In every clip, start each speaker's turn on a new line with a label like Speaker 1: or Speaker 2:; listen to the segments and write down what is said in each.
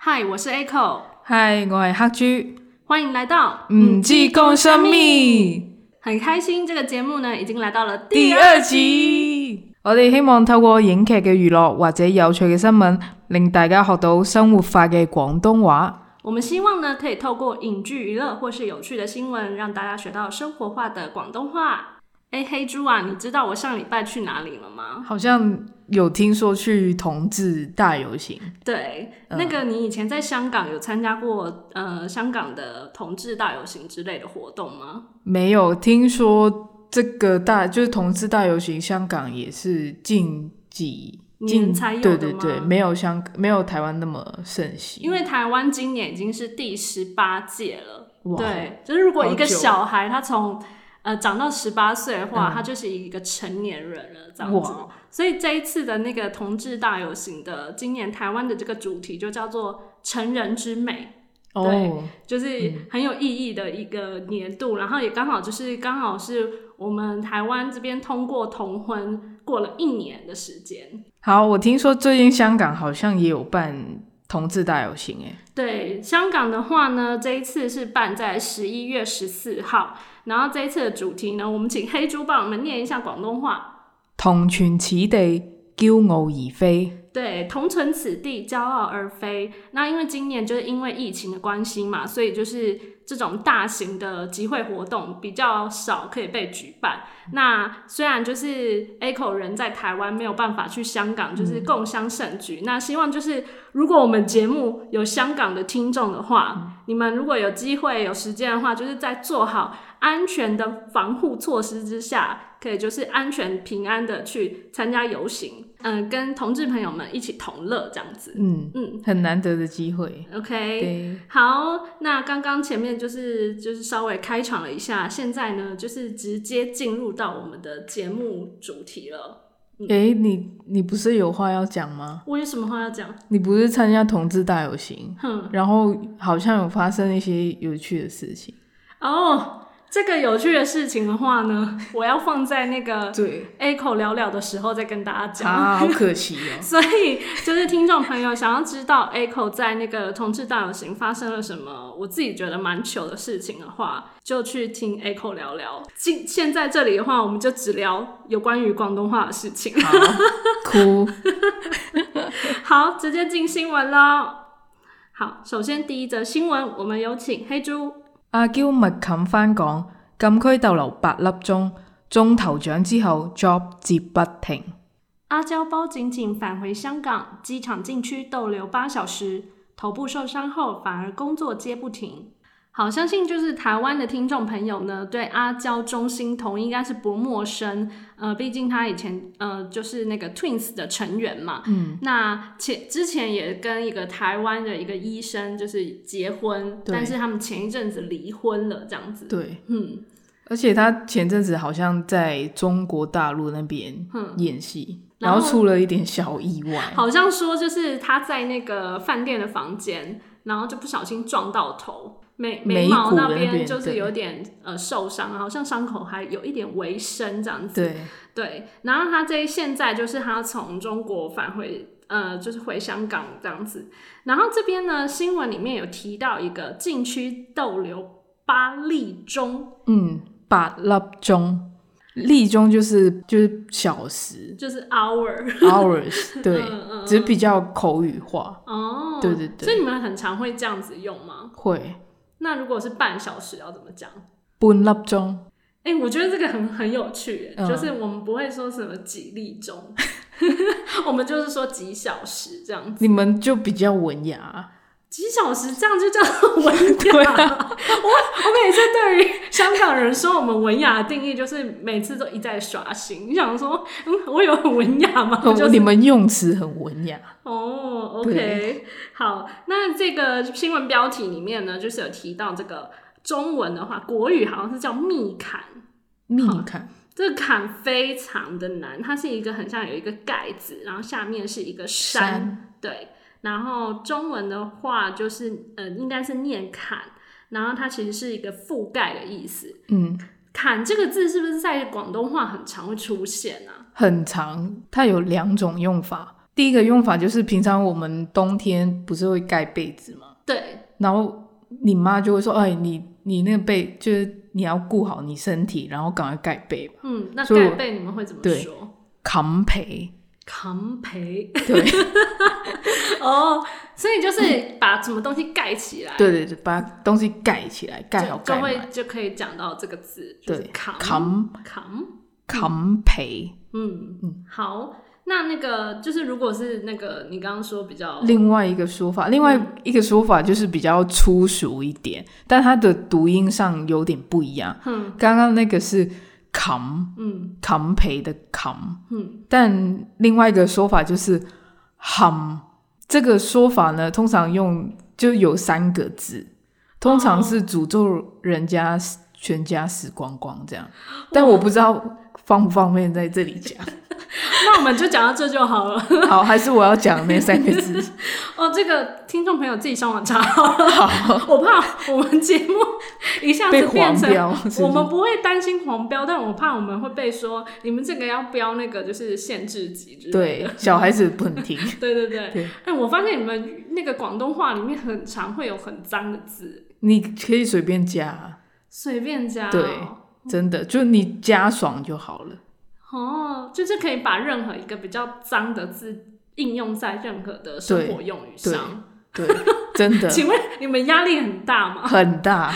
Speaker 1: 嗨，我是 Echo，
Speaker 2: 嗨，我係黑豬，
Speaker 1: 欢迎来到
Speaker 2: 唔知講什
Speaker 1: 生命。
Speaker 2: 麼。
Speaker 1: 很开心，这个节目呢已经来到了
Speaker 2: 第二集，我哋希望透過影劇嘅娛樂或者有趣嘅新聞，令大家學到生活化嘅廣東話。
Speaker 1: 我们希望呢可以透过影剧娱乐或是有趣的新闻，让大家学到生活化的广东话。哎，黑猪啊，你知道我上礼拜去哪里了吗？
Speaker 2: 好像有聽說去同志大遊行，
Speaker 1: 对，
Speaker 2: 嗯
Speaker 1: 那个你以前在香港有参加过呃香港的同志大游行之类的活动吗？
Speaker 2: 沒有聽說這個大就是同志大遊行，香港也是近幾
Speaker 1: 年
Speaker 2: 近
Speaker 1: 才有的
Speaker 2: 對
Speaker 1: 吗？
Speaker 2: 對對，沒有香沒有台灣那麼盛行，
Speaker 1: 因为台湾今年已经是第十八届了。
Speaker 2: 哇
Speaker 1: 对，就是如果一个
Speaker 2: 好久
Speaker 1: 小孩他从呃长到十八岁的话，
Speaker 2: 嗯
Speaker 1: 他就是一个成年人了，这样子。哦
Speaker 2: 哇，
Speaker 1: 所以这一次的那个同志大游行的今年台湾的这个主题就叫做“成人之美”。
Speaker 2: 哦，
Speaker 1: 就是很有意义的一个年度，然后也刚好就是刚好是我们台湾这边通过同婚过了一年的时间，
Speaker 2: 好，我听说最近香港好像也有办同志大游行，哎，
Speaker 1: 对香港的话呢，这一次是办在十一月十四号，然后这一次的主题呢，我们请黑猪帮我们念一下广东话。
Speaker 2: 同存此地，驕傲而飛。
Speaker 1: 对，同存此地，骄傲而飞。那因为今年就是因为疫情的关系嘛，所以就是这种大型的集会活动比较少可以被举办。那虽然就是 Echo 人在台湾没有办法去香港，就是共襄盛举。那希望就是如果我们节目有香港的听众的话，你们如果有机会有时间的话，就是在做好安全的防护措施之下，可以就是安全平安的去参加游行，嗯、跟同志朋友们一起同乐这样子。
Speaker 2: 嗯，
Speaker 1: 嗯
Speaker 2: 很难得的机会。
Speaker 1: ，OK。
Speaker 2: 对，
Speaker 1: 好，那刚刚前面就是就是稍微开场了一下，现在呢就是直接进入到我们的节目主题了。
Speaker 2: 诶，你你不是有话要讲吗？
Speaker 1: 我有什么话要讲？
Speaker 2: 你不是参加同志大游行，
Speaker 1: 哼，
Speaker 2: 然后好像有发生一些有趣的事情。
Speaker 1: 哦，这个有趣的事情的话呢，我要放在那个
Speaker 2: 对，
Speaker 1: A 口聊聊的时候再跟大家讲。
Speaker 2: 啊，好可惜 哦。
Speaker 1: 所以就是听众朋友想要知道 Echo 在那个同志大游行发生了什么，我自己觉得蛮糗的事情的话，就去听 Echo 聊聊。现现在这里的话，我们就只聊有关于广东话的事情。
Speaker 2: 好，哭。
Speaker 1: 好，直接进新闻喽。好，首先第一则新闻，我们有请黑猪。
Speaker 2: 阿嬌密冚返港，禁區逗留八粒鐘，中頭獎之後 job 接不停。
Speaker 1: 阿娇包紧紧返回香港，机场禁区逗留八小时，头部受伤后反而工作接不停。好，相信就是台湾的听众朋友呢，对阿娇钟欣桐应该是不陌生。呃，毕竟她以前呃就是那个 Twins 的成员嘛。嗯。那前之前也跟一个台湾的一个医生就是结婚，
Speaker 2: 对
Speaker 1: 但是他们前一阵子离婚了，这样子。
Speaker 2: 對。
Speaker 1: 嗯，
Speaker 2: 而且他前阵子好像在中国大陆那边演戏，
Speaker 1: 然
Speaker 2: 然
Speaker 1: 后
Speaker 2: 后出了一点小意外。
Speaker 1: 好像说就是他在那个饭店的房间，然后就不小心撞到头，眉
Speaker 2: 眉
Speaker 1: 眉毛
Speaker 2: 骨
Speaker 1: 那
Speaker 2: 那
Speaker 1: 边
Speaker 2: 边
Speaker 1: 就是
Speaker 2: 对
Speaker 1: 有点呃受伤，好像伤口还有一点微生这样子。
Speaker 2: 对，
Speaker 1: 对，然后他这现在就是他从中国返回，呃，就是回香港这样子。然后这边呢，新闻里面有提到一个禁区逗留八粒钟，
Speaker 2: 嗯，八粒钟，粒钟就是就是小时
Speaker 1: 就是 hour。
Speaker 2: hours，对，
Speaker 1: 嗯嗯
Speaker 2: 只是比较口语化，
Speaker 1: 哦，
Speaker 2: 对对对
Speaker 1: 所以你们很常会这样子用吗？
Speaker 2: 会
Speaker 1: 那如果是半小时要怎么讲？
Speaker 2: 半粒钟，
Speaker 1: 哎、我觉得这个很很有趣耶、
Speaker 2: 嗯
Speaker 1: 就是我们不会说什么几粒钟， 我们就是说几小时这样子。
Speaker 2: 你们就比较文雅。啊
Speaker 1: 几小时这样就叫做文雅。
Speaker 2: 对啊
Speaker 1: 我我每次对于香港人说我们文雅的定义，就是每次都一再刷新。你想说，嗯，我有很文雅吗？
Speaker 2: 哦
Speaker 1: 就是
Speaker 2: 你们用词很文雅，
Speaker 1: 哦，OK，
Speaker 2: 对
Speaker 1: 好，那这个新闻标题里面呢，就是有提到这个中文的话，国语好像是叫密砍。
Speaker 2: 密砍，
Speaker 1: 这个坎非常的难，它是一个很像有一个盖子，然后下面是一个山，对。然后中文的话就是呃，应该是念坎，然后它其实是一个覆盖的意思。
Speaker 2: 嗯，
Speaker 1: 坎这个字是不是在广东话很常会出现啊？
Speaker 2: 很长，它有两种用法。第一个用法就是平常我们冬天不是会盖被子吗？
Speaker 1: 对，
Speaker 2: 然后你妈就会说：“哎，你你那个被就是你要顾好你身体，然后赶快盖被吧，
Speaker 1: 嗯，那
Speaker 2: 所以
Speaker 1: 盖
Speaker 2: 我
Speaker 1: 被你们会怎么
Speaker 2: 对
Speaker 1: 说？
Speaker 2: 扛陪。
Speaker 1: 扛陪
Speaker 2: 对
Speaker 1: 哦，所以就是把什么东西盖起来，
Speaker 2: 对对对，把东西盖起来，
Speaker 1: 就，
Speaker 2: 盖好
Speaker 1: 就
Speaker 2: 盖满。
Speaker 1: 会就嗯可以讲到这个字，就是
Speaker 2: 对，
Speaker 1: 扛
Speaker 2: 扛
Speaker 1: 扛，
Speaker 2: 扛陪。
Speaker 1: 嗯
Speaker 2: 嗯
Speaker 1: 好，那那个就是如果是那个你刚刚说比较
Speaker 2: 另外一个说法，另外一个说法就是比较粗俗一点，但它的读音上有点不一样。
Speaker 1: 哼
Speaker 2: 刚刚那个是扛
Speaker 1: 嗯
Speaker 2: 扛陪的扛，
Speaker 1: 嗯
Speaker 2: 但另外一个说法就是喊。这个说法呢，通常用就有三个字，通常是诅咒人家死全家死光光这样。但我不知道方不方便在这里讲。
Speaker 1: 那我们就讲到这就好了。
Speaker 2: 好，还是我要讲那三个字。
Speaker 1: 哦， 这个听众朋友自己上网查好了， 我怕我们节目一下
Speaker 2: 被
Speaker 1: 子
Speaker 2: 黄
Speaker 1: 变成
Speaker 2: 标，是不是
Speaker 1: 我们不会担心黄标，但我怕我们会被说你们这个要标那个就是限制级之类
Speaker 2: 对
Speaker 1: 的。
Speaker 2: 小孩子不能听。
Speaker 1: 对对对
Speaker 2: 对
Speaker 1: 哎、我发现你们那个广东话里面很常会有很脏的字，
Speaker 2: 你可以随便加，
Speaker 1: 随便加、哦。
Speaker 2: 对真的，就你加爽就好了。
Speaker 1: 哦，就是可以把任何一个比较脏的字应用在任何的生活用语上。
Speaker 2: 对，真的
Speaker 1: 请问你们压力很大吗？
Speaker 2: 很大，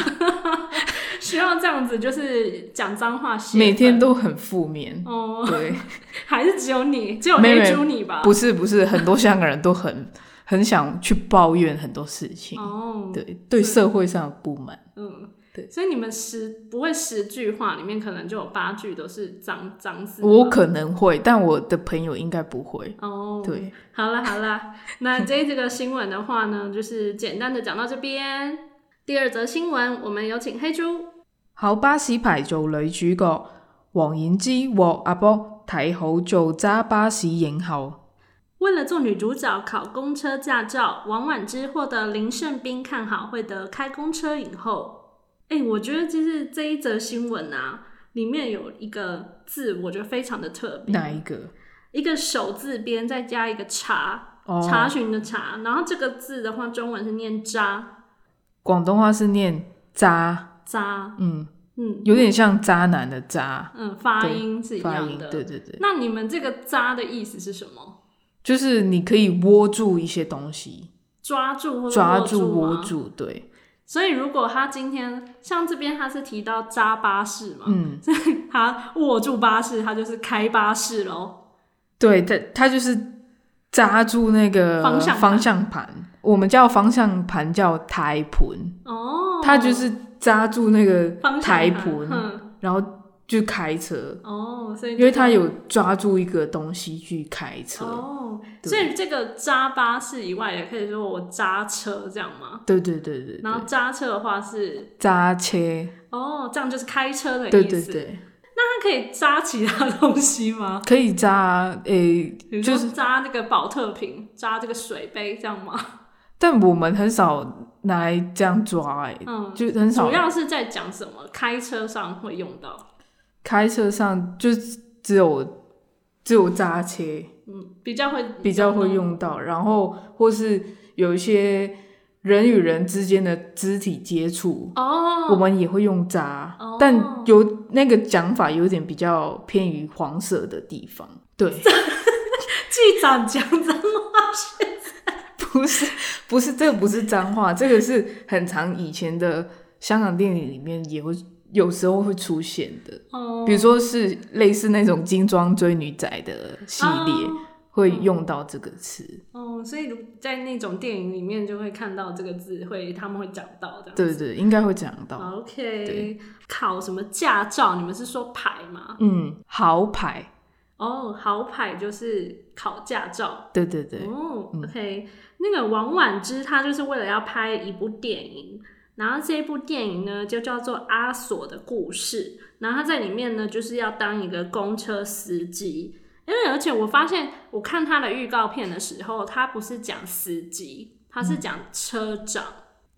Speaker 1: 需要这样子就是讲脏话泄愤
Speaker 2: 每天都很负面。
Speaker 1: 哦，
Speaker 2: 对，
Speaker 1: 还是只有你，只有
Speaker 2: 没
Speaker 1: 黑
Speaker 2: 没
Speaker 1: 猪你吧？
Speaker 2: 不是不是，很多香港人都很 很想去抱怨很多事情，
Speaker 1: 哦，
Speaker 2: 对对社会上的不满。
Speaker 1: 嗯，
Speaker 2: 对
Speaker 1: 所以你们十不会十句话里面可能就有八句都是脏脏字吗。
Speaker 2: 我可能会，但我的朋友应该不会。
Speaker 1: 哦，
Speaker 2: 对，
Speaker 1: 好了好了， 那这这个新闻的话呢，就是简单的讲到这边。第二则新闻，我们有请黑猪。
Speaker 2: 考巴士牌做女主角，黃燕之獲阿波睇好做揸巴士影后。
Speaker 1: 为了做女主角考公车驾照，王婉之获得林胜斌看好会得开公车影后。哎、我觉得就是这一则新闻啊，里面有一个字，我觉得非常的特别，
Speaker 2: 哪一个？
Speaker 1: 一个手字边再加一个查，
Speaker 2: 哦，
Speaker 1: 查询的查，然后这个字的话，中文是念渣
Speaker 2: 广东话是念渣，
Speaker 1: 渣，
Speaker 2: 嗯，
Speaker 1: 嗯
Speaker 2: 有点像渣男的渣
Speaker 1: 嗯，发
Speaker 2: 对
Speaker 1: 音是一
Speaker 2: 发
Speaker 1: 样
Speaker 2: 音。
Speaker 1: 的。
Speaker 2: 对对对，
Speaker 1: 那你们这个渣的意思是什么？
Speaker 2: 就是你可以握住一些东西，
Speaker 1: 抓住或者握
Speaker 2: 抓
Speaker 1: 住
Speaker 2: 住握
Speaker 1: 吗
Speaker 2: 住，对，
Speaker 1: 所以如果他今天像这边他是提到扎巴士嘛，
Speaker 2: 嗯，
Speaker 1: 他握住巴士，他就是开巴士喽。
Speaker 2: 对，它它就是扎住那个
Speaker 1: 方向盘
Speaker 2: 方向盘，我们叫方向盘叫台盘，
Speaker 1: 哦，
Speaker 2: 它就是扎住那个
Speaker 1: 方向
Speaker 2: 台
Speaker 1: 盘
Speaker 2: 盘，
Speaker 1: 嗯，
Speaker 2: 然后就开车，
Speaker 1: 哦，所以
Speaker 2: 因
Speaker 1: 这
Speaker 2: 为
Speaker 1: 个
Speaker 2: 它有抓住一个东西去开车，
Speaker 1: 哦，
Speaker 2: 对
Speaker 1: 所以这个扎巴士以外，也可以说我扎车这样吗？
Speaker 2: 对对对对
Speaker 1: 然后
Speaker 2: 对，
Speaker 1: 扎车的话是
Speaker 2: 扎车，
Speaker 1: 哦，这样就是开车的意思。
Speaker 2: 对对对。
Speaker 1: 那它可以扎其他东西吗？
Speaker 2: 可以扎诶、
Speaker 1: 比如
Speaker 2: 就
Speaker 1: 说
Speaker 2: 是
Speaker 1: 扎那个保特瓶，扎这个水杯这样吗？
Speaker 2: 但我们很少拿来这样抓诶、
Speaker 1: 嗯，
Speaker 2: 就很少
Speaker 1: 主要是在讲什么？开车上会用到，
Speaker 2: 开车上就只有只有扎车
Speaker 1: 嗯，比较会
Speaker 2: 比较会用到，然后或是有一些人与人之间的肢体接触，
Speaker 1: 哦。
Speaker 2: 我们也会用扎，
Speaker 1: 哦
Speaker 2: 但有那个讲法有点比较偏于黄色的地方， 对，
Speaker 1: 记长讲脏话是
Speaker 2: 不是不是这个不是脏话，这个是很长以前的香港电影里面也会有时候会出现的。
Speaker 1: 哦
Speaker 2: 比如说是类似那种精装追女仔的系列，
Speaker 1: 哦
Speaker 2: 会用到这个词。
Speaker 1: 哦，所以如在那种电影里面就会看到这个字，会他们会讲到这样。
Speaker 2: 对对，应该会讲
Speaker 1: 哦
Speaker 2: 到。
Speaker 1: ，OK
Speaker 2: 对。
Speaker 1: 考什么驾照？你们是说牌吗？
Speaker 2: 嗯，豪牌，
Speaker 1: 哦，好牌就是考驾照。
Speaker 2: 对对对，
Speaker 1: 哦，OK，那个王婉之她就是为了要拍一部电影，然后这部电影呢就叫做《阿索的故事》，然后她在里面呢就是要当一个公车司机，因为而且我发现我看她的预告片的时候，她不是讲司机，她是讲车长。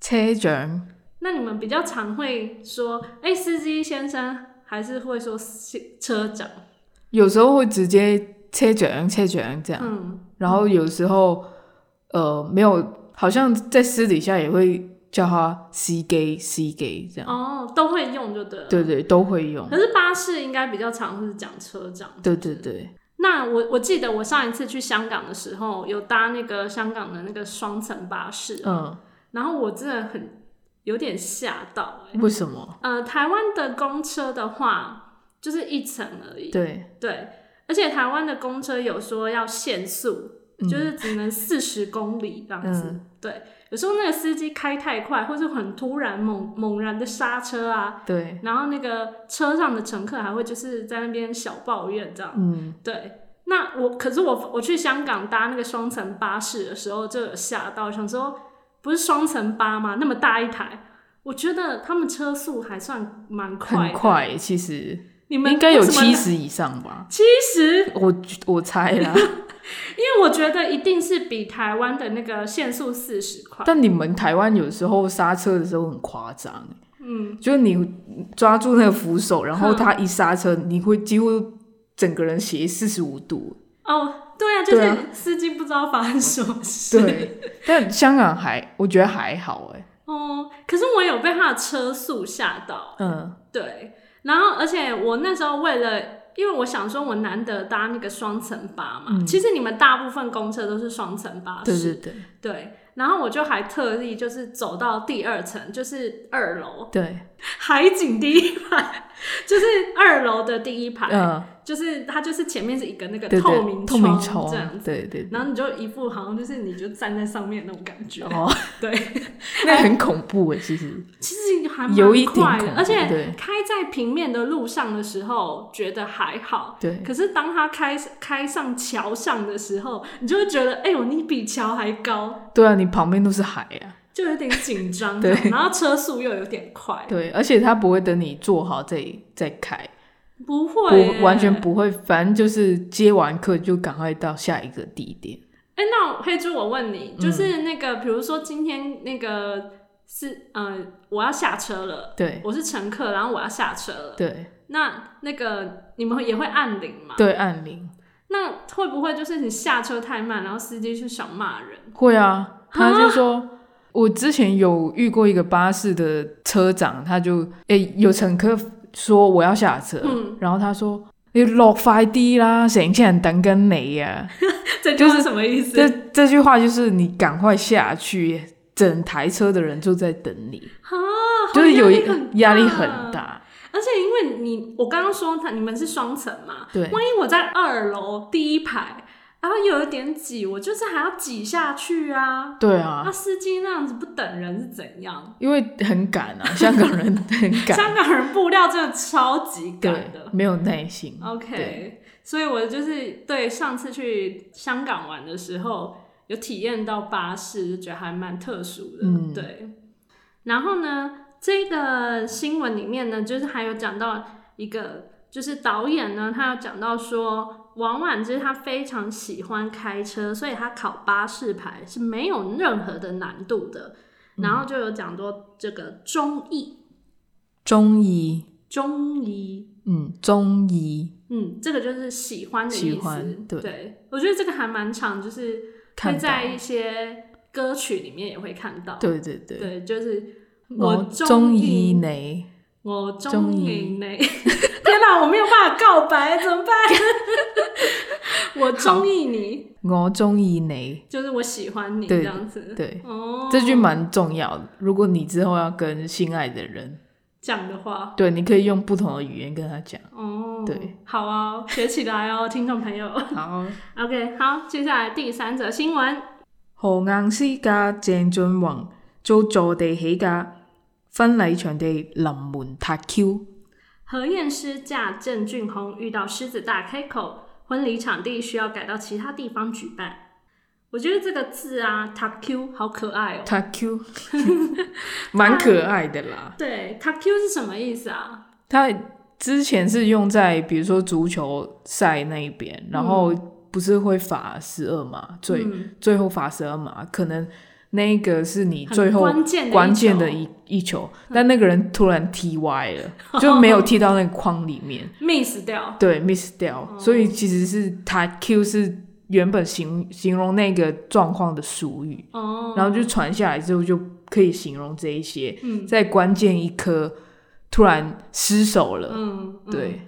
Speaker 2: 车长
Speaker 1: 那你们比较常会说，哎、司机先生，还是会说司车长？
Speaker 2: 有时候会直接车长车长这样，
Speaker 1: 嗯，
Speaker 2: 然后有时候呃没有，好像在私底下也会叫他 C gay C gay 这样，
Speaker 1: 哦，都会用就对了。
Speaker 2: 对对都会用
Speaker 1: 可，是巴士应该比较常会是讲车长。
Speaker 2: 对对对，
Speaker 1: 那我我记得我上一次去香港的时候，有搭那个香港的那个双层巴士，
Speaker 2: 嗯，
Speaker 1: 然后我真的很有点吓到、欸。
Speaker 2: 嗯为什么？
Speaker 1: 呃，台湾的公车的话，就是一层而已，
Speaker 2: 对，
Speaker 1: 对，而且台湾的公车有说要限速，
Speaker 2: 嗯
Speaker 1: 就是只能四十公里这样子。
Speaker 2: 嗯
Speaker 1: 对，有时候那个司机开太快，或是很突然猛猛然的刹车啊，
Speaker 2: 对，
Speaker 1: 然后那个车上的乘客还会就是在那边小抱怨这样。
Speaker 2: 嗯，
Speaker 1: 对，那我可是我我去香港搭那个双层巴士的时候就有吓到，想说不是双层巴吗？那么大一台。我觉得他们车速还算蛮快
Speaker 2: 很
Speaker 1: 的，
Speaker 2: 快，其实
Speaker 1: 你们
Speaker 2: 应该有
Speaker 1: 为什么
Speaker 2: 七十以上吧，
Speaker 1: 七十
Speaker 2: 我我猜啦，
Speaker 1: 因为我觉得一定是比台湾的那个限速四十块。
Speaker 2: 但你们台湾有时候刹车的时候很夸张，欸
Speaker 1: 嗯，
Speaker 2: 就是你抓住那个扶手，然后
Speaker 1: 嗯
Speaker 2: 它一刹车，你会几乎整个人斜四十五度。
Speaker 1: 哦，对啊，就
Speaker 2: 对啊
Speaker 1: 是司机不知道发生什么事。，
Speaker 2: 对， 但香港还我觉得还好哎、
Speaker 1: 哦，可是我有被他的车速吓到。
Speaker 2: 嗯
Speaker 1: 对，然后而且我那时候为了。因为我想说，我难得搭那个双层巴嘛、
Speaker 2: 嗯
Speaker 1: 其实你们大部分公车都是双层巴
Speaker 2: 对
Speaker 1: 士
Speaker 2: 对对
Speaker 1: 对然后我就还特地就是走到第二层，就是二楼
Speaker 2: 对，
Speaker 1: 海景第一排，就是二楼的第一排。
Speaker 2: 嗯
Speaker 1: 就是它就是前面是一个那个
Speaker 2: 对对
Speaker 1: 透明
Speaker 2: 透明
Speaker 1: 窗这样
Speaker 2: 窗，
Speaker 1: 子，
Speaker 2: 对 对
Speaker 1: 然后你就一副好像就是你就站在上面那种感觉，
Speaker 2: 哦，
Speaker 1: 对，
Speaker 2: 那很恐怖哎、其实
Speaker 1: 其实还蛮
Speaker 2: 有一点
Speaker 1: 快
Speaker 2: 恐怖
Speaker 1: 的，而且
Speaker 2: 对
Speaker 1: 开在平面的路上的时候觉得还好。
Speaker 2: 对
Speaker 1: 可是当它开开上桥上的时候，你就会觉得，哎、呦，你比桥还高，
Speaker 2: 对啊，你旁边都是海啊，
Speaker 1: 就有点紧张。
Speaker 2: 对
Speaker 1: 然后车速又有点快，
Speaker 2: 对，而且它不会等你坐好再再开，
Speaker 1: 不会、
Speaker 2: 不完全
Speaker 1: 欸。
Speaker 2: 不会，反正就是接完课就赶快到下一个地点。
Speaker 1: 哎、那黑猪，我问你，就是
Speaker 2: 嗯
Speaker 1: 那个，比如说今天那个是呃，我要下车了，
Speaker 2: 对
Speaker 1: 我是乘客，然后我要下车了。
Speaker 2: 对
Speaker 1: 那那个你们也会按铃吗？
Speaker 2: 对，按铃。
Speaker 1: 那会不会就是你下车太慢，然后司机就想骂人？
Speaker 2: 会啊，他就说，我之前有遇过一个巴士的车长，他就诶、有乘客说我要下车，
Speaker 1: 嗯
Speaker 2: 然后他说你落快啲啦，成日人等紧你 啊。
Speaker 1: 这
Speaker 2: 就是
Speaker 1: 就是什么意思？
Speaker 2: 这这句话就是你赶快下去，整台车的人就在等你，
Speaker 1: 啊，好
Speaker 2: 就是有
Speaker 1: 压力
Speaker 2: 一
Speaker 1: 很
Speaker 2: 压力很。大。
Speaker 1: 而且因为你，我刚刚说他你们是双层嘛，
Speaker 2: 对
Speaker 1: 万一我在二楼第一排，然后又有点挤，我就是还要挤下去啊。
Speaker 2: 对
Speaker 1: 那、
Speaker 2: 啊，
Speaker 1: 司机那样子不等人是怎样？
Speaker 2: 因为很赶啊， 香港人很 赶，
Speaker 1: 香港人步调真的超级
Speaker 2: 对
Speaker 1: 赶的，。
Speaker 2: 没有耐心。
Speaker 1: OK，
Speaker 2: 对
Speaker 1: 所以我就是对上次去香港玩的时候，有体验到巴士，就觉得还蛮特殊的。
Speaker 2: 嗯
Speaker 1: 对。然后呢，这个新闻里面呢，就是还有讲到一个，就是导演呢，他有讲到说，王婉之他非常喜欢开车，所以他考巴士牌是没有任何的难度的。然后就有讲到这个中医，
Speaker 2: 中医，
Speaker 1: 中医
Speaker 2: 嗯，中医
Speaker 1: 嗯，这个就是喜欢的意思。
Speaker 2: 喜欢对
Speaker 1: 我觉得这个还蛮常，就是会
Speaker 2: 看到，
Speaker 1: 在一些歌曲里面也会看到。
Speaker 2: 对对对。
Speaker 1: 对，就是我
Speaker 2: 我
Speaker 1: 中
Speaker 2: 中
Speaker 1: 意
Speaker 2: 意你，
Speaker 1: 我中
Speaker 2: 中
Speaker 1: 意你。 天哪，我没有办法告白，怎么 办？ 我中意你，
Speaker 2: 我中意你，
Speaker 1: 就是我喜欢你
Speaker 2: 对
Speaker 1: 这样子。
Speaker 2: 对，
Speaker 1: 哦，
Speaker 2: 这句蛮重要的。如果你之后要跟心爱的人，
Speaker 1: 讲的话。
Speaker 2: 对，你可以用不同的语言跟他讲。
Speaker 1: 哦，
Speaker 2: 对，
Speaker 1: 好啊，学起来哦，听众朋友。
Speaker 2: 好，
Speaker 1: OK，好，接下来第三则新闻。
Speaker 2: 何雁诗嫁鄭俊弘遭坐地起價，婚禮場地臨門撻 Q。
Speaker 1: 何燕诗嫁郑俊弘遇到狮子大开口，婚礼场地需要改到其他地方举办。我觉得这个字啊 t a q 好可爱哦、
Speaker 2: 塔 Q，蛮 可爱的啦。
Speaker 1: 对 t a q 是什么意思啊？
Speaker 2: 他之前是用在比如说足球赛那一边，然后不是会罚十二码最
Speaker 1: 嗯
Speaker 2: 最后罚十二码，可能那个是你
Speaker 1: 很
Speaker 2: 最后
Speaker 1: 关键的一
Speaker 2: 关键的
Speaker 1: 球
Speaker 2: 一一球，但那个人突然踢歪了， 就没有踢到那个框里面，
Speaker 1: miss 掉。
Speaker 2: 对，miss 掉，所以其实是他 Q 是原本形形容那个状况的俗语，
Speaker 1: 哦，
Speaker 2: 然后就传下来之后就可以形容这一些，
Speaker 1: 嗯
Speaker 2: 在关键一刻突然失手了，
Speaker 1: 嗯，嗯
Speaker 2: 对，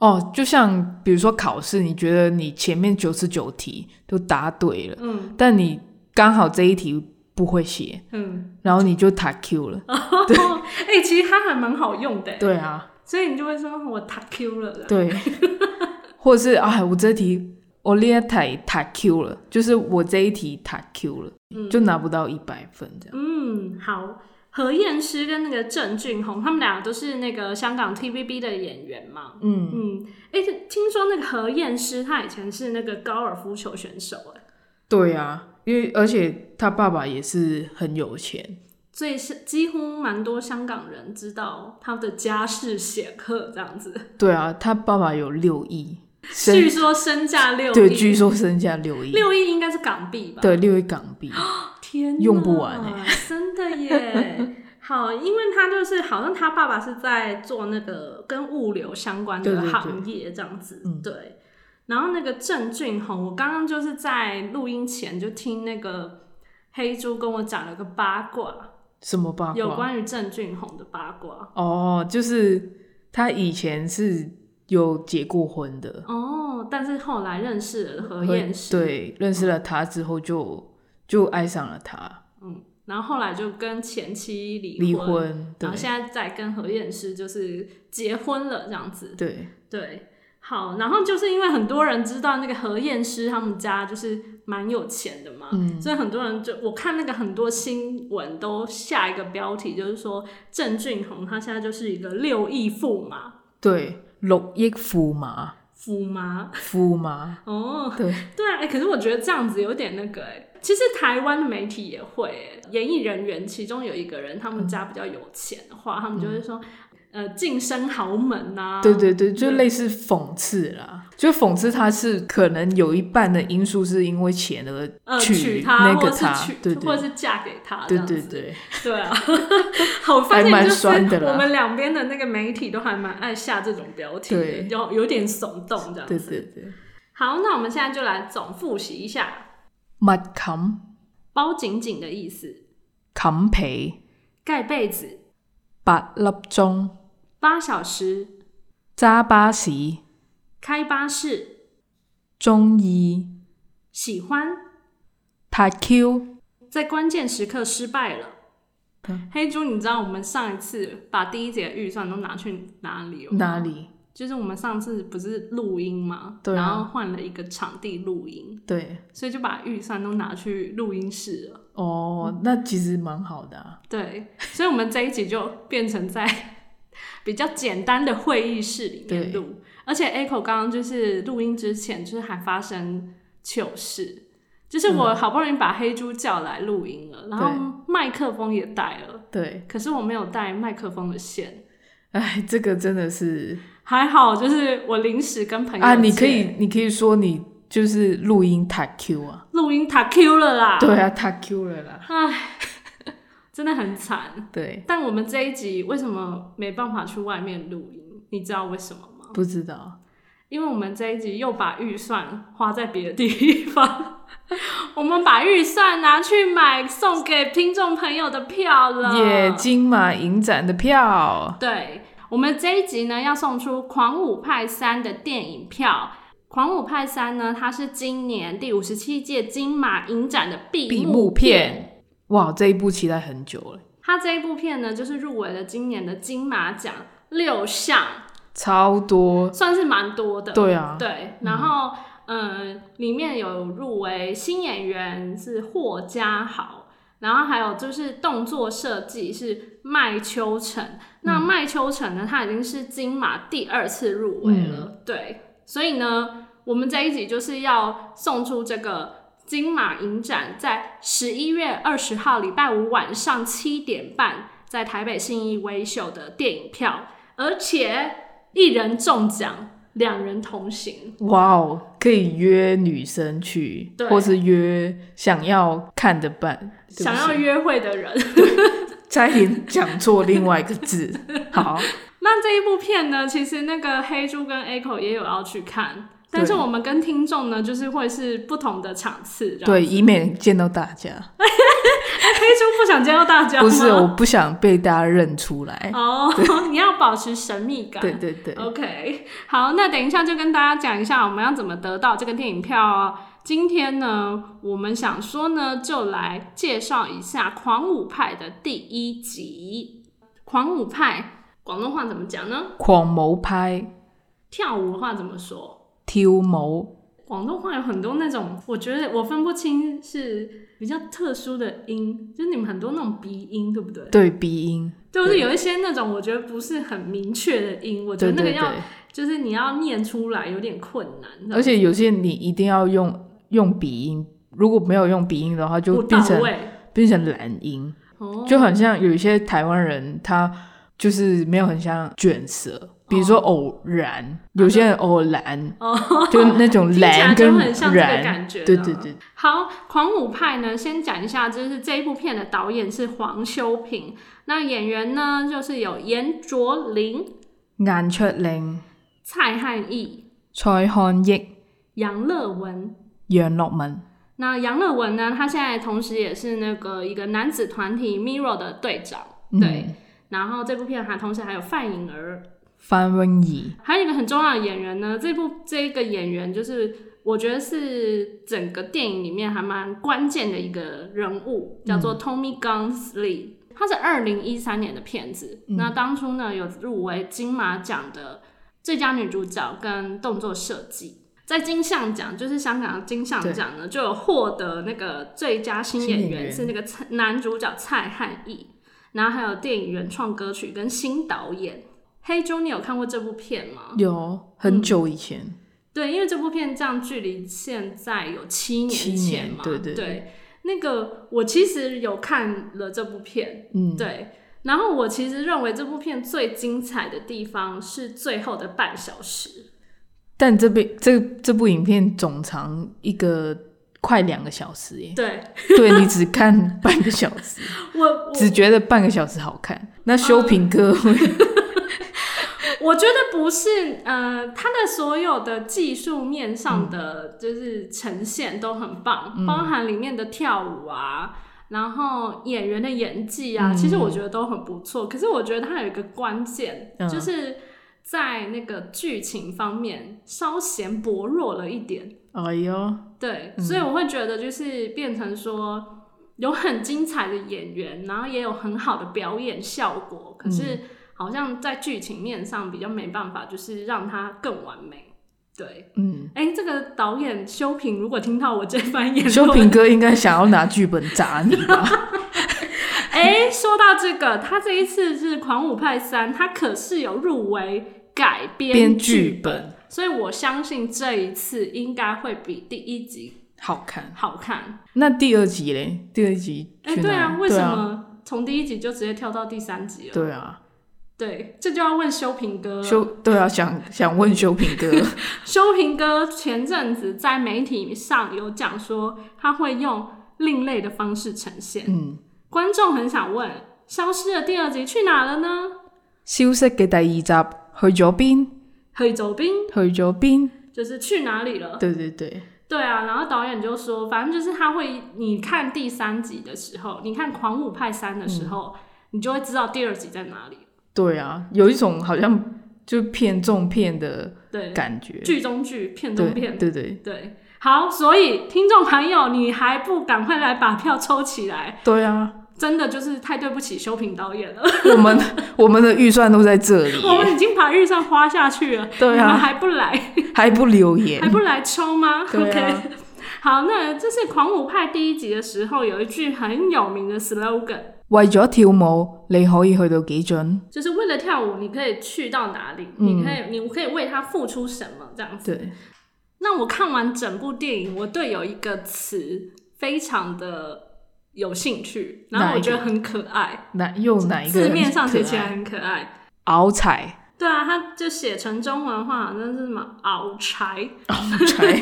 Speaker 2: 哦，就像比如说考试，你觉得你前面九十九题都答对了，
Speaker 1: 嗯
Speaker 2: 但你刚好这一题不会写，
Speaker 1: 嗯，
Speaker 2: 然后你就塔 Q 了。
Speaker 1: 哎、其实它还蛮好用的， 欸
Speaker 2: 对啊，
Speaker 1: 所以你就会说哦我塔 Q 了啦，
Speaker 2: 对，或者是哎，我这题我列台塔 Q 了，就是我这一题塔 Q 了，
Speaker 1: 嗯
Speaker 2: 就拿不到一百分这样。
Speaker 1: 嗯，好。何燕诗跟那个郑俊宏，他们俩都是那个香港 TVB 的演员嘛。
Speaker 2: 嗯，
Speaker 1: 嗯，哎、这听说那个何燕诗，她以前是那个高尔夫球选手、哎，
Speaker 2: 对啊，因为而且他爸爸也是很有钱，
Speaker 1: 所以是几乎蛮多香港人知道他的家世显赫这样子。
Speaker 2: 对啊，他爸爸有六亿，
Speaker 1: 据
Speaker 2: 身
Speaker 1: 说身价六亿，
Speaker 2: 对，据说身价六亿，
Speaker 1: 六亿应该是港币吧？
Speaker 2: 对，六亿港币。
Speaker 1: 天哪，
Speaker 2: 用不完欸
Speaker 1: 真的耶。 好，因为他就是好像他爸爸是在做那个跟物流相关
Speaker 2: 对
Speaker 1: 的
Speaker 2: 对对
Speaker 1: 行业这样子，
Speaker 2: 嗯
Speaker 1: 对然后那个郑俊宏，我刚刚就是在录音前就听那个黑猪跟我讲了个八卦，
Speaker 2: 什么八卦？
Speaker 1: 有关于郑俊宏的八卦。
Speaker 2: 哦，就是他以前是有结过婚的，
Speaker 1: 哦，但是后来认识了何
Speaker 2: 和
Speaker 1: 燕诗，，
Speaker 2: 嗯对，认识了他之后就就爱上了他，
Speaker 1: 嗯，然后后来就跟前妻离
Speaker 2: 离婚，对
Speaker 1: 然后现在再跟何燕诗就是结婚了这样子，
Speaker 2: 对，
Speaker 1: 对，好，然后就是因为很多人知道那个何燕诗他们家就是蛮有钱的嘛，
Speaker 2: 嗯
Speaker 1: 所以很多人就我看那个很多新闻都下一个标题就是说郑俊宏他现在就是一个六亿驸马，
Speaker 2: 对，六亿驸马，
Speaker 1: 驸马
Speaker 2: 驸马，
Speaker 1: 哦，
Speaker 2: 对
Speaker 1: 对啊、哎可是我觉得这样子有点那个哎、其实台湾的媒体也会、哎演艺人员其中有一个人他们家比较有钱的话，他们就会说。呃，晋升豪门啊呐、
Speaker 2: 嗯对对对，就类似讽刺啦，就讽刺他是可能有一半的因素是因为钱而
Speaker 1: 呃，
Speaker 2: 娶
Speaker 1: 娶
Speaker 2: 那
Speaker 1: 或
Speaker 2: 个
Speaker 1: 者
Speaker 2: 他
Speaker 1: 是娶，
Speaker 2: 对
Speaker 1: 或
Speaker 2: 对
Speaker 1: 者是嫁给他，这
Speaker 2: 对
Speaker 1: 样
Speaker 2: 对
Speaker 1: 子，
Speaker 2: 对，
Speaker 1: 对啊，好，我发
Speaker 2: 还
Speaker 1: 现
Speaker 2: 蛮
Speaker 1: 就是
Speaker 2: 酸的啦
Speaker 1: 我们两边的那个媒体都还蛮爱下这种标题的
Speaker 2: 对，
Speaker 1: 有有点耸动这样
Speaker 2: 对
Speaker 1: 子。
Speaker 2: 对对，
Speaker 1: 好，那我们现在就来总复习一下
Speaker 2: 麦冚
Speaker 1: 包紧紧的意思：
Speaker 2: 冚被
Speaker 1: 盖被子、
Speaker 2: 八粒钟。
Speaker 1: 八小时、
Speaker 2: 揸巴士、
Speaker 1: 开巴士、
Speaker 2: 中意、
Speaker 1: 喜欢，
Speaker 2: 拍 Q，
Speaker 1: 在关键时刻失败了。
Speaker 2: 嗯
Speaker 1: 黑猪，你知道我们上一次把第一节的预算都拿去哪里了吗？
Speaker 2: 哪里？
Speaker 1: 就是我们上次不是录音嘛，
Speaker 2: 对啊
Speaker 1: 然后换了一个场地录音，
Speaker 2: 对，
Speaker 1: 所以就把预算都拿去录音室了。
Speaker 2: 哦，那其实蛮好的、啊。
Speaker 1: 对，所以我们这一集就变成在 比较简单的会议室里面
Speaker 2: 对
Speaker 1: 录，而且 Echo 刚刚就是录音之前，就是还发生糗事，就是我好不容易把黑猪叫来录音了，然后麦克风也带了，
Speaker 2: 对，
Speaker 1: 可是我没有带麦克风的线。
Speaker 2: 哎，这个真的是
Speaker 1: 还好，就是我临时跟朋友
Speaker 2: 啊，你可
Speaker 1: 借
Speaker 2: 以，你可以说你就是录音塔 Q 啊，
Speaker 1: 录音塔 Q 了啦，
Speaker 2: 对啊，塔 Q 了啦，
Speaker 1: 真的很惨。
Speaker 2: 对，
Speaker 1: 但我们这一集为什么没办法去外面录音？你知道为什么吗？
Speaker 2: 不知道，
Speaker 1: 因为我们这一集又把预算花在别的地方， 我们把预算拿去买送给听众朋友的票了。
Speaker 2: 耶，金马影展的票，
Speaker 1: 对，我们这一集呢要送出《狂舞派三》的电影票。《狂舞派三》呢，它是今年第五十七届金马影展的
Speaker 2: 闭
Speaker 1: 幕
Speaker 2: 幕片，哇，这一部期待很久了，
Speaker 1: 它这一部片呢，就是入围了今年的金马奖六项，
Speaker 2: 超多，
Speaker 1: 算是蛮多的。
Speaker 2: 对啊，
Speaker 1: 对然后嗯、呃里面有入围新演员是霍家豪，然后还有就是动作设计是麦秋成。那麦秋成呢，他已经是金马第二次入围了，对，所以呢，我们这一集就是要送出这个。金马影展在十一月二十号礼拜五晚上七点半，在台北信义威秀的电影票，而且一人中奖，两人同行。
Speaker 2: 哇哦，可以约女生去
Speaker 1: 对，
Speaker 2: 或是约想要看的伴。对不
Speaker 1: 想要
Speaker 2: 起
Speaker 1: 约会的人，
Speaker 2: 差一点讲错另外一个字。 好，
Speaker 1: 那这一部片呢？其实那个黑猪跟 Echo 也有要去看，但是我们跟听众呢，就是会是不同的场次。这样
Speaker 2: 对，以免见到大家。
Speaker 1: 黑猪不想见到大家吗
Speaker 2: 不是，我不想被大家认出来。
Speaker 1: 哦， 你要保持神秘感。
Speaker 2: 对对对，
Speaker 1: OK，好，那等一下就跟大家讲一下我们要怎么得到这个电影票哦。今天呢，我们想说呢，就来介绍一下《狂舞派》的第一集。狂舞派广东话怎么讲呢？
Speaker 2: 狂谋拍
Speaker 1: 跳舞的话怎么说？
Speaker 2: 跳舞，
Speaker 1: 广东话有很多那种，我觉得我分不清是比较特殊的音，就是你们很多那种鼻音，对不对？
Speaker 2: 对鼻音，
Speaker 1: 就是有一些那种我觉得不是很明确的音，我觉
Speaker 2: 对
Speaker 1: 得那个
Speaker 2: 对
Speaker 1: 要
Speaker 2: 对，
Speaker 1: 就是你要念出来有点困难，
Speaker 2: 而且有些你一定要用用鼻音，如果没有用鼻音的话，就
Speaker 1: 不
Speaker 2: 变
Speaker 1: 到
Speaker 2: 成
Speaker 1: 位。
Speaker 2: 变成懒音，
Speaker 1: 哦，
Speaker 2: 就很像有一些台湾人他就是没有很像卷舌。比如说偶然，有些人偶然，
Speaker 1: 哦，
Speaker 2: 就 那种
Speaker 1: 听起来
Speaker 2: 然
Speaker 1: 就
Speaker 2: 跟
Speaker 1: 很像这个
Speaker 2: 然，
Speaker 1: 感觉。
Speaker 2: 对对。对，
Speaker 1: 好，狂舞派呢，先讲一下，就是这一部片的导演是黄修平，那演员呢就是有严卓林、
Speaker 2: 顏卓靈、
Speaker 1: 蔡汉义、
Speaker 2: 蔡漢益、
Speaker 1: 杨乐文。
Speaker 2: 楊樂文。
Speaker 1: 那杨乐文呢，他现在同时也是那个一个男子团体 Mirror 的队长。对，
Speaker 2: 嗯，
Speaker 1: 然后这部片还同时还有范颖儿，
Speaker 2: 范詠儀。
Speaker 1: 还有一个很重要的演员呢，这部这个演员就是我觉得是整个电影里面还蛮关键的一个人物，叫
Speaker 2: 嗯
Speaker 1: 做 Tommy Gunsley。他是二零一三年的片子，
Speaker 2: 嗯
Speaker 1: 那当初呢有入围金马奖的最佳女主角跟动作设计，在金像奖就是香港的金像奖呢就有获得那个最佳新
Speaker 2: 新
Speaker 1: 演
Speaker 2: 演
Speaker 1: 员
Speaker 2: 员
Speaker 1: 是那个蔡男主角蔡汉义，然后还有电影原创歌曲跟新导演。黑猪，你有看过这部片吗？
Speaker 2: 有很久以
Speaker 1: 嗯
Speaker 2: 前，
Speaker 1: 对，因为这部片这样距离现在有七
Speaker 2: 七
Speaker 1: 年
Speaker 2: 年
Speaker 1: 前嘛，
Speaker 2: 对对对
Speaker 1: 那个我其实有看了这部片，
Speaker 2: 嗯，
Speaker 1: 对，然后我其实认为这部片最精彩的地方是最后的半小时，，
Speaker 2: 但这部这这部影片总长一个快两个小时耶
Speaker 1: 对
Speaker 2: 对你只看半个小时，
Speaker 1: 我我
Speaker 2: 只觉得半个小时好看。那修平 哥会，
Speaker 1: 我觉得不是，呃，它的所有的技术面
Speaker 2: 嗯
Speaker 1: 上的就是呈现都很棒，包含里面的跳舞啊，然后演员的演技啊，
Speaker 2: 嗯
Speaker 1: 其实我觉得都很不错。可是我觉得它有一个关键，
Speaker 2: 嗯
Speaker 1: 就是在那个剧情方面稍显薄弱了一点。
Speaker 2: 哎呦，
Speaker 1: 对，所以我会觉得就是变成说有很精彩的演员，然后也有很好的表演效果，可
Speaker 2: 嗯
Speaker 1: 是好像在剧情面上比较没办法，就是让它更完美。对，
Speaker 2: 嗯，
Speaker 1: 哎、这个导演修平如果听到我这番言论，
Speaker 2: 修平哥应该想要拿剧本砸你吧？
Speaker 1: 哎、说到这个，他这一次是《狂舞派三》，他可是有入围改 编
Speaker 2: 编
Speaker 1: 剧
Speaker 2: 剧，本
Speaker 1: 所以我相信这一次应该会比第一集
Speaker 2: 好看。
Speaker 1: 好看。
Speaker 2: 那第二集嘞？第二集
Speaker 1: 哎、
Speaker 2: 去
Speaker 1: 对
Speaker 2: 哪
Speaker 1: 啊，为什？么从第一集就直接跳到第三集了？
Speaker 2: 对啊，
Speaker 1: 对，这就要问修平哥
Speaker 2: 对啊
Speaker 1: 了。
Speaker 2: 修对啊，想想问修平哥，
Speaker 1: 修平哥前阵子在媒体上有讲说，他会用另类的方式呈现。
Speaker 2: 嗯，
Speaker 1: 观众很想问，消失的第二集去哪了呢？
Speaker 2: 消息嘅第二集去咗邊？
Speaker 1: 黑走兵
Speaker 2: 去咗邊？
Speaker 1: 就是去哪里了？
Speaker 2: 對對對，
Speaker 1: 对啊，然后导演就说，反正就是他会，你看第三集的时候，你看《狂舞派三》的时候，
Speaker 2: 嗯
Speaker 1: 你就会知道第二集在哪里。
Speaker 2: 對啊，有一種好像就片中片的
Speaker 1: 对，
Speaker 2: 感覺。
Speaker 1: 剧中剧，片中
Speaker 2: 對
Speaker 1: 片，
Speaker 2: 對對
Speaker 1: 对，好，所以听众朋友，你还不赶快来把票抽起来，
Speaker 2: 對啊，
Speaker 1: 真的就是太对不起修平导 演了，
Speaker 2: 我們我們的預算都在這
Speaker 1: 我
Speaker 2: 裡，
Speaker 1: 们已经把预算花下去了，
Speaker 2: 對
Speaker 1: 你们
Speaker 2: 啊，
Speaker 1: 还不来，
Speaker 2: 還不留言
Speaker 1: 还，不来抽吗、o
Speaker 2: 对
Speaker 1: k
Speaker 2: 啊
Speaker 1: 好，那这是《狂舞派》第一集的时候，有一句很有名的 slogan，
Speaker 2: 為咗跳舞，你可以去到幾準？
Speaker 1: 就是为了跳舞，你可以去到哪里，
Speaker 2: 嗯
Speaker 1: 你可以，你可以为它付出什么，这样子。
Speaker 2: 對，
Speaker 1: 那我看完整部电影，我对有一个词非常的有兴趣，然后
Speaker 2: 哪
Speaker 1: 我
Speaker 2: 一个
Speaker 1: 觉得很可爱。
Speaker 2: 哪又哪一個
Speaker 1: 字面上
Speaker 2: 可
Speaker 1: 写起来
Speaker 2: 愛？
Speaker 1: 很可爱。
Speaker 2: 熬彩
Speaker 1: 对啊，他就写成中文的话，好像是什么熬柴，
Speaker 2: 柴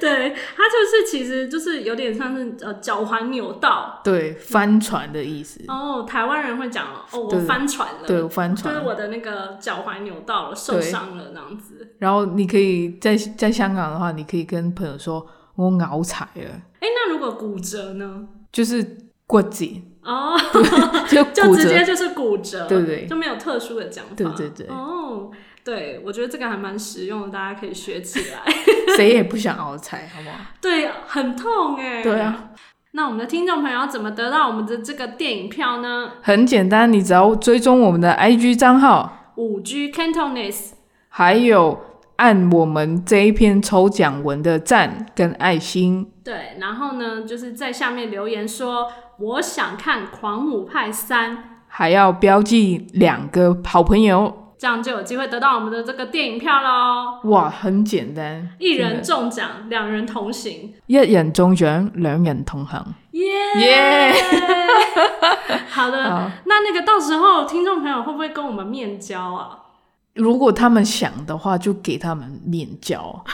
Speaker 1: 对，他就是其实就是有点像是呃脚踝扭到，
Speaker 2: 对帆船的意思，
Speaker 1: 哦，台湾人会讲哦，我
Speaker 2: 对
Speaker 1: 翻船了，
Speaker 2: 对帆
Speaker 1: 就是
Speaker 2: 船。
Speaker 1: 哦我的那个脚踝扭到了，受
Speaker 2: 对
Speaker 1: 伤了这样子。
Speaker 2: 然后你可以在在香港的话，你可以跟朋友说我熬柴了，
Speaker 1: 哎、那如果骨折呢？
Speaker 2: 就是骨折，
Speaker 1: 哦，
Speaker 2: 就
Speaker 1: 就
Speaker 2: 骨
Speaker 1: 直接
Speaker 2: 折，
Speaker 1: 就是骨折，
Speaker 2: 对不对
Speaker 1: 就没有特殊的讲法。
Speaker 2: 对对对
Speaker 1: 哦，对，我觉得这个还蛮实用的，大家可以学起来。
Speaker 2: 谁也不想熬柴，好不好？
Speaker 1: 对，很痛哎。
Speaker 2: 对啊。
Speaker 1: 那我们的听众朋友要怎么得到我们的这个电影票呢？
Speaker 2: 很简单，你只要追踪我们的 IG 账号，
Speaker 1: 五 G Cantonese，
Speaker 2: 还有按我们这一篇抽奖文的赞跟爱心，
Speaker 1: 对，然后呢，就是在下面留言说我想看《狂舞派三》，
Speaker 2: 还要标记两个好朋友。
Speaker 1: 这样就有机会得到我们的这个电影票喽。
Speaker 2: 哇，很简单，
Speaker 1: 一
Speaker 2: 真
Speaker 1: 人
Speaker 2: 的
Speaker 1: 中奖，两人同行，
Speaker 2: 一人中奖，两人同行。
Speaker 1: 耶、
Speaker 2: 耶
Speaker 1: 好的，
Speaker 2: 好，
Speaker 1: 那那个到时候听众朋友会不会跟我们面交啊？
Speaker 2: 如果他们想的话，就给他们面 交。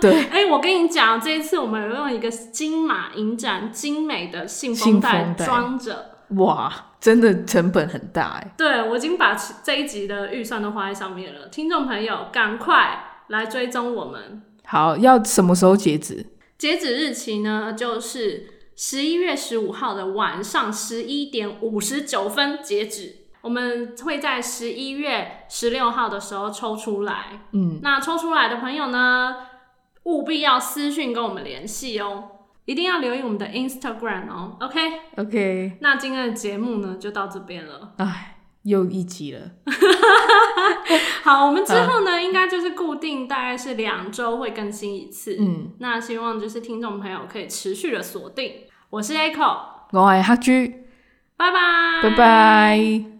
Speaker 2: 对，
Speaker 1: 哎、我跟你讲，这一次我们有用一个金马影展精美的信封
Speaker 2: 信
Speaker 1: 袋
Speaker 2: 封袋
Speaker 1: 装着。
Speaker 2: 哇，真的成本很大哎。
Speaker 1: 对，我已经把其这一集的预算都花在上面了。听众朋友，赶快来追踪我们。
Speaker 2: 好，要什么时候截止？
Speaker 1: 截止日期呢，就是十一月十五号的晚上十一点五十九分截止。我们会在十一月十六号的时候抽出来。
Speaker 2: 嗯，
Speaker 1: 那抽出来的朋友呢，务必要私讯跟我们联系哦，一定要留意我们的 Instagram 哦。OK，
Speaker 2: ，OK，
Speaker 1: 那今天的节目呢就到这边了。
Speaker 2: 哎，又一集了。
Speaker 1: 好，我们之后呢，应该就是固定大概是两周会更新一次。
Speaker 2: 嗯，
Speaker 1: 那希望就是听众朋友可以持续的锁定。我是 Echo，
Speaker 2: 我系黑猪，
Speaker 1: 拜拜，
Speaker 2: 拜拜。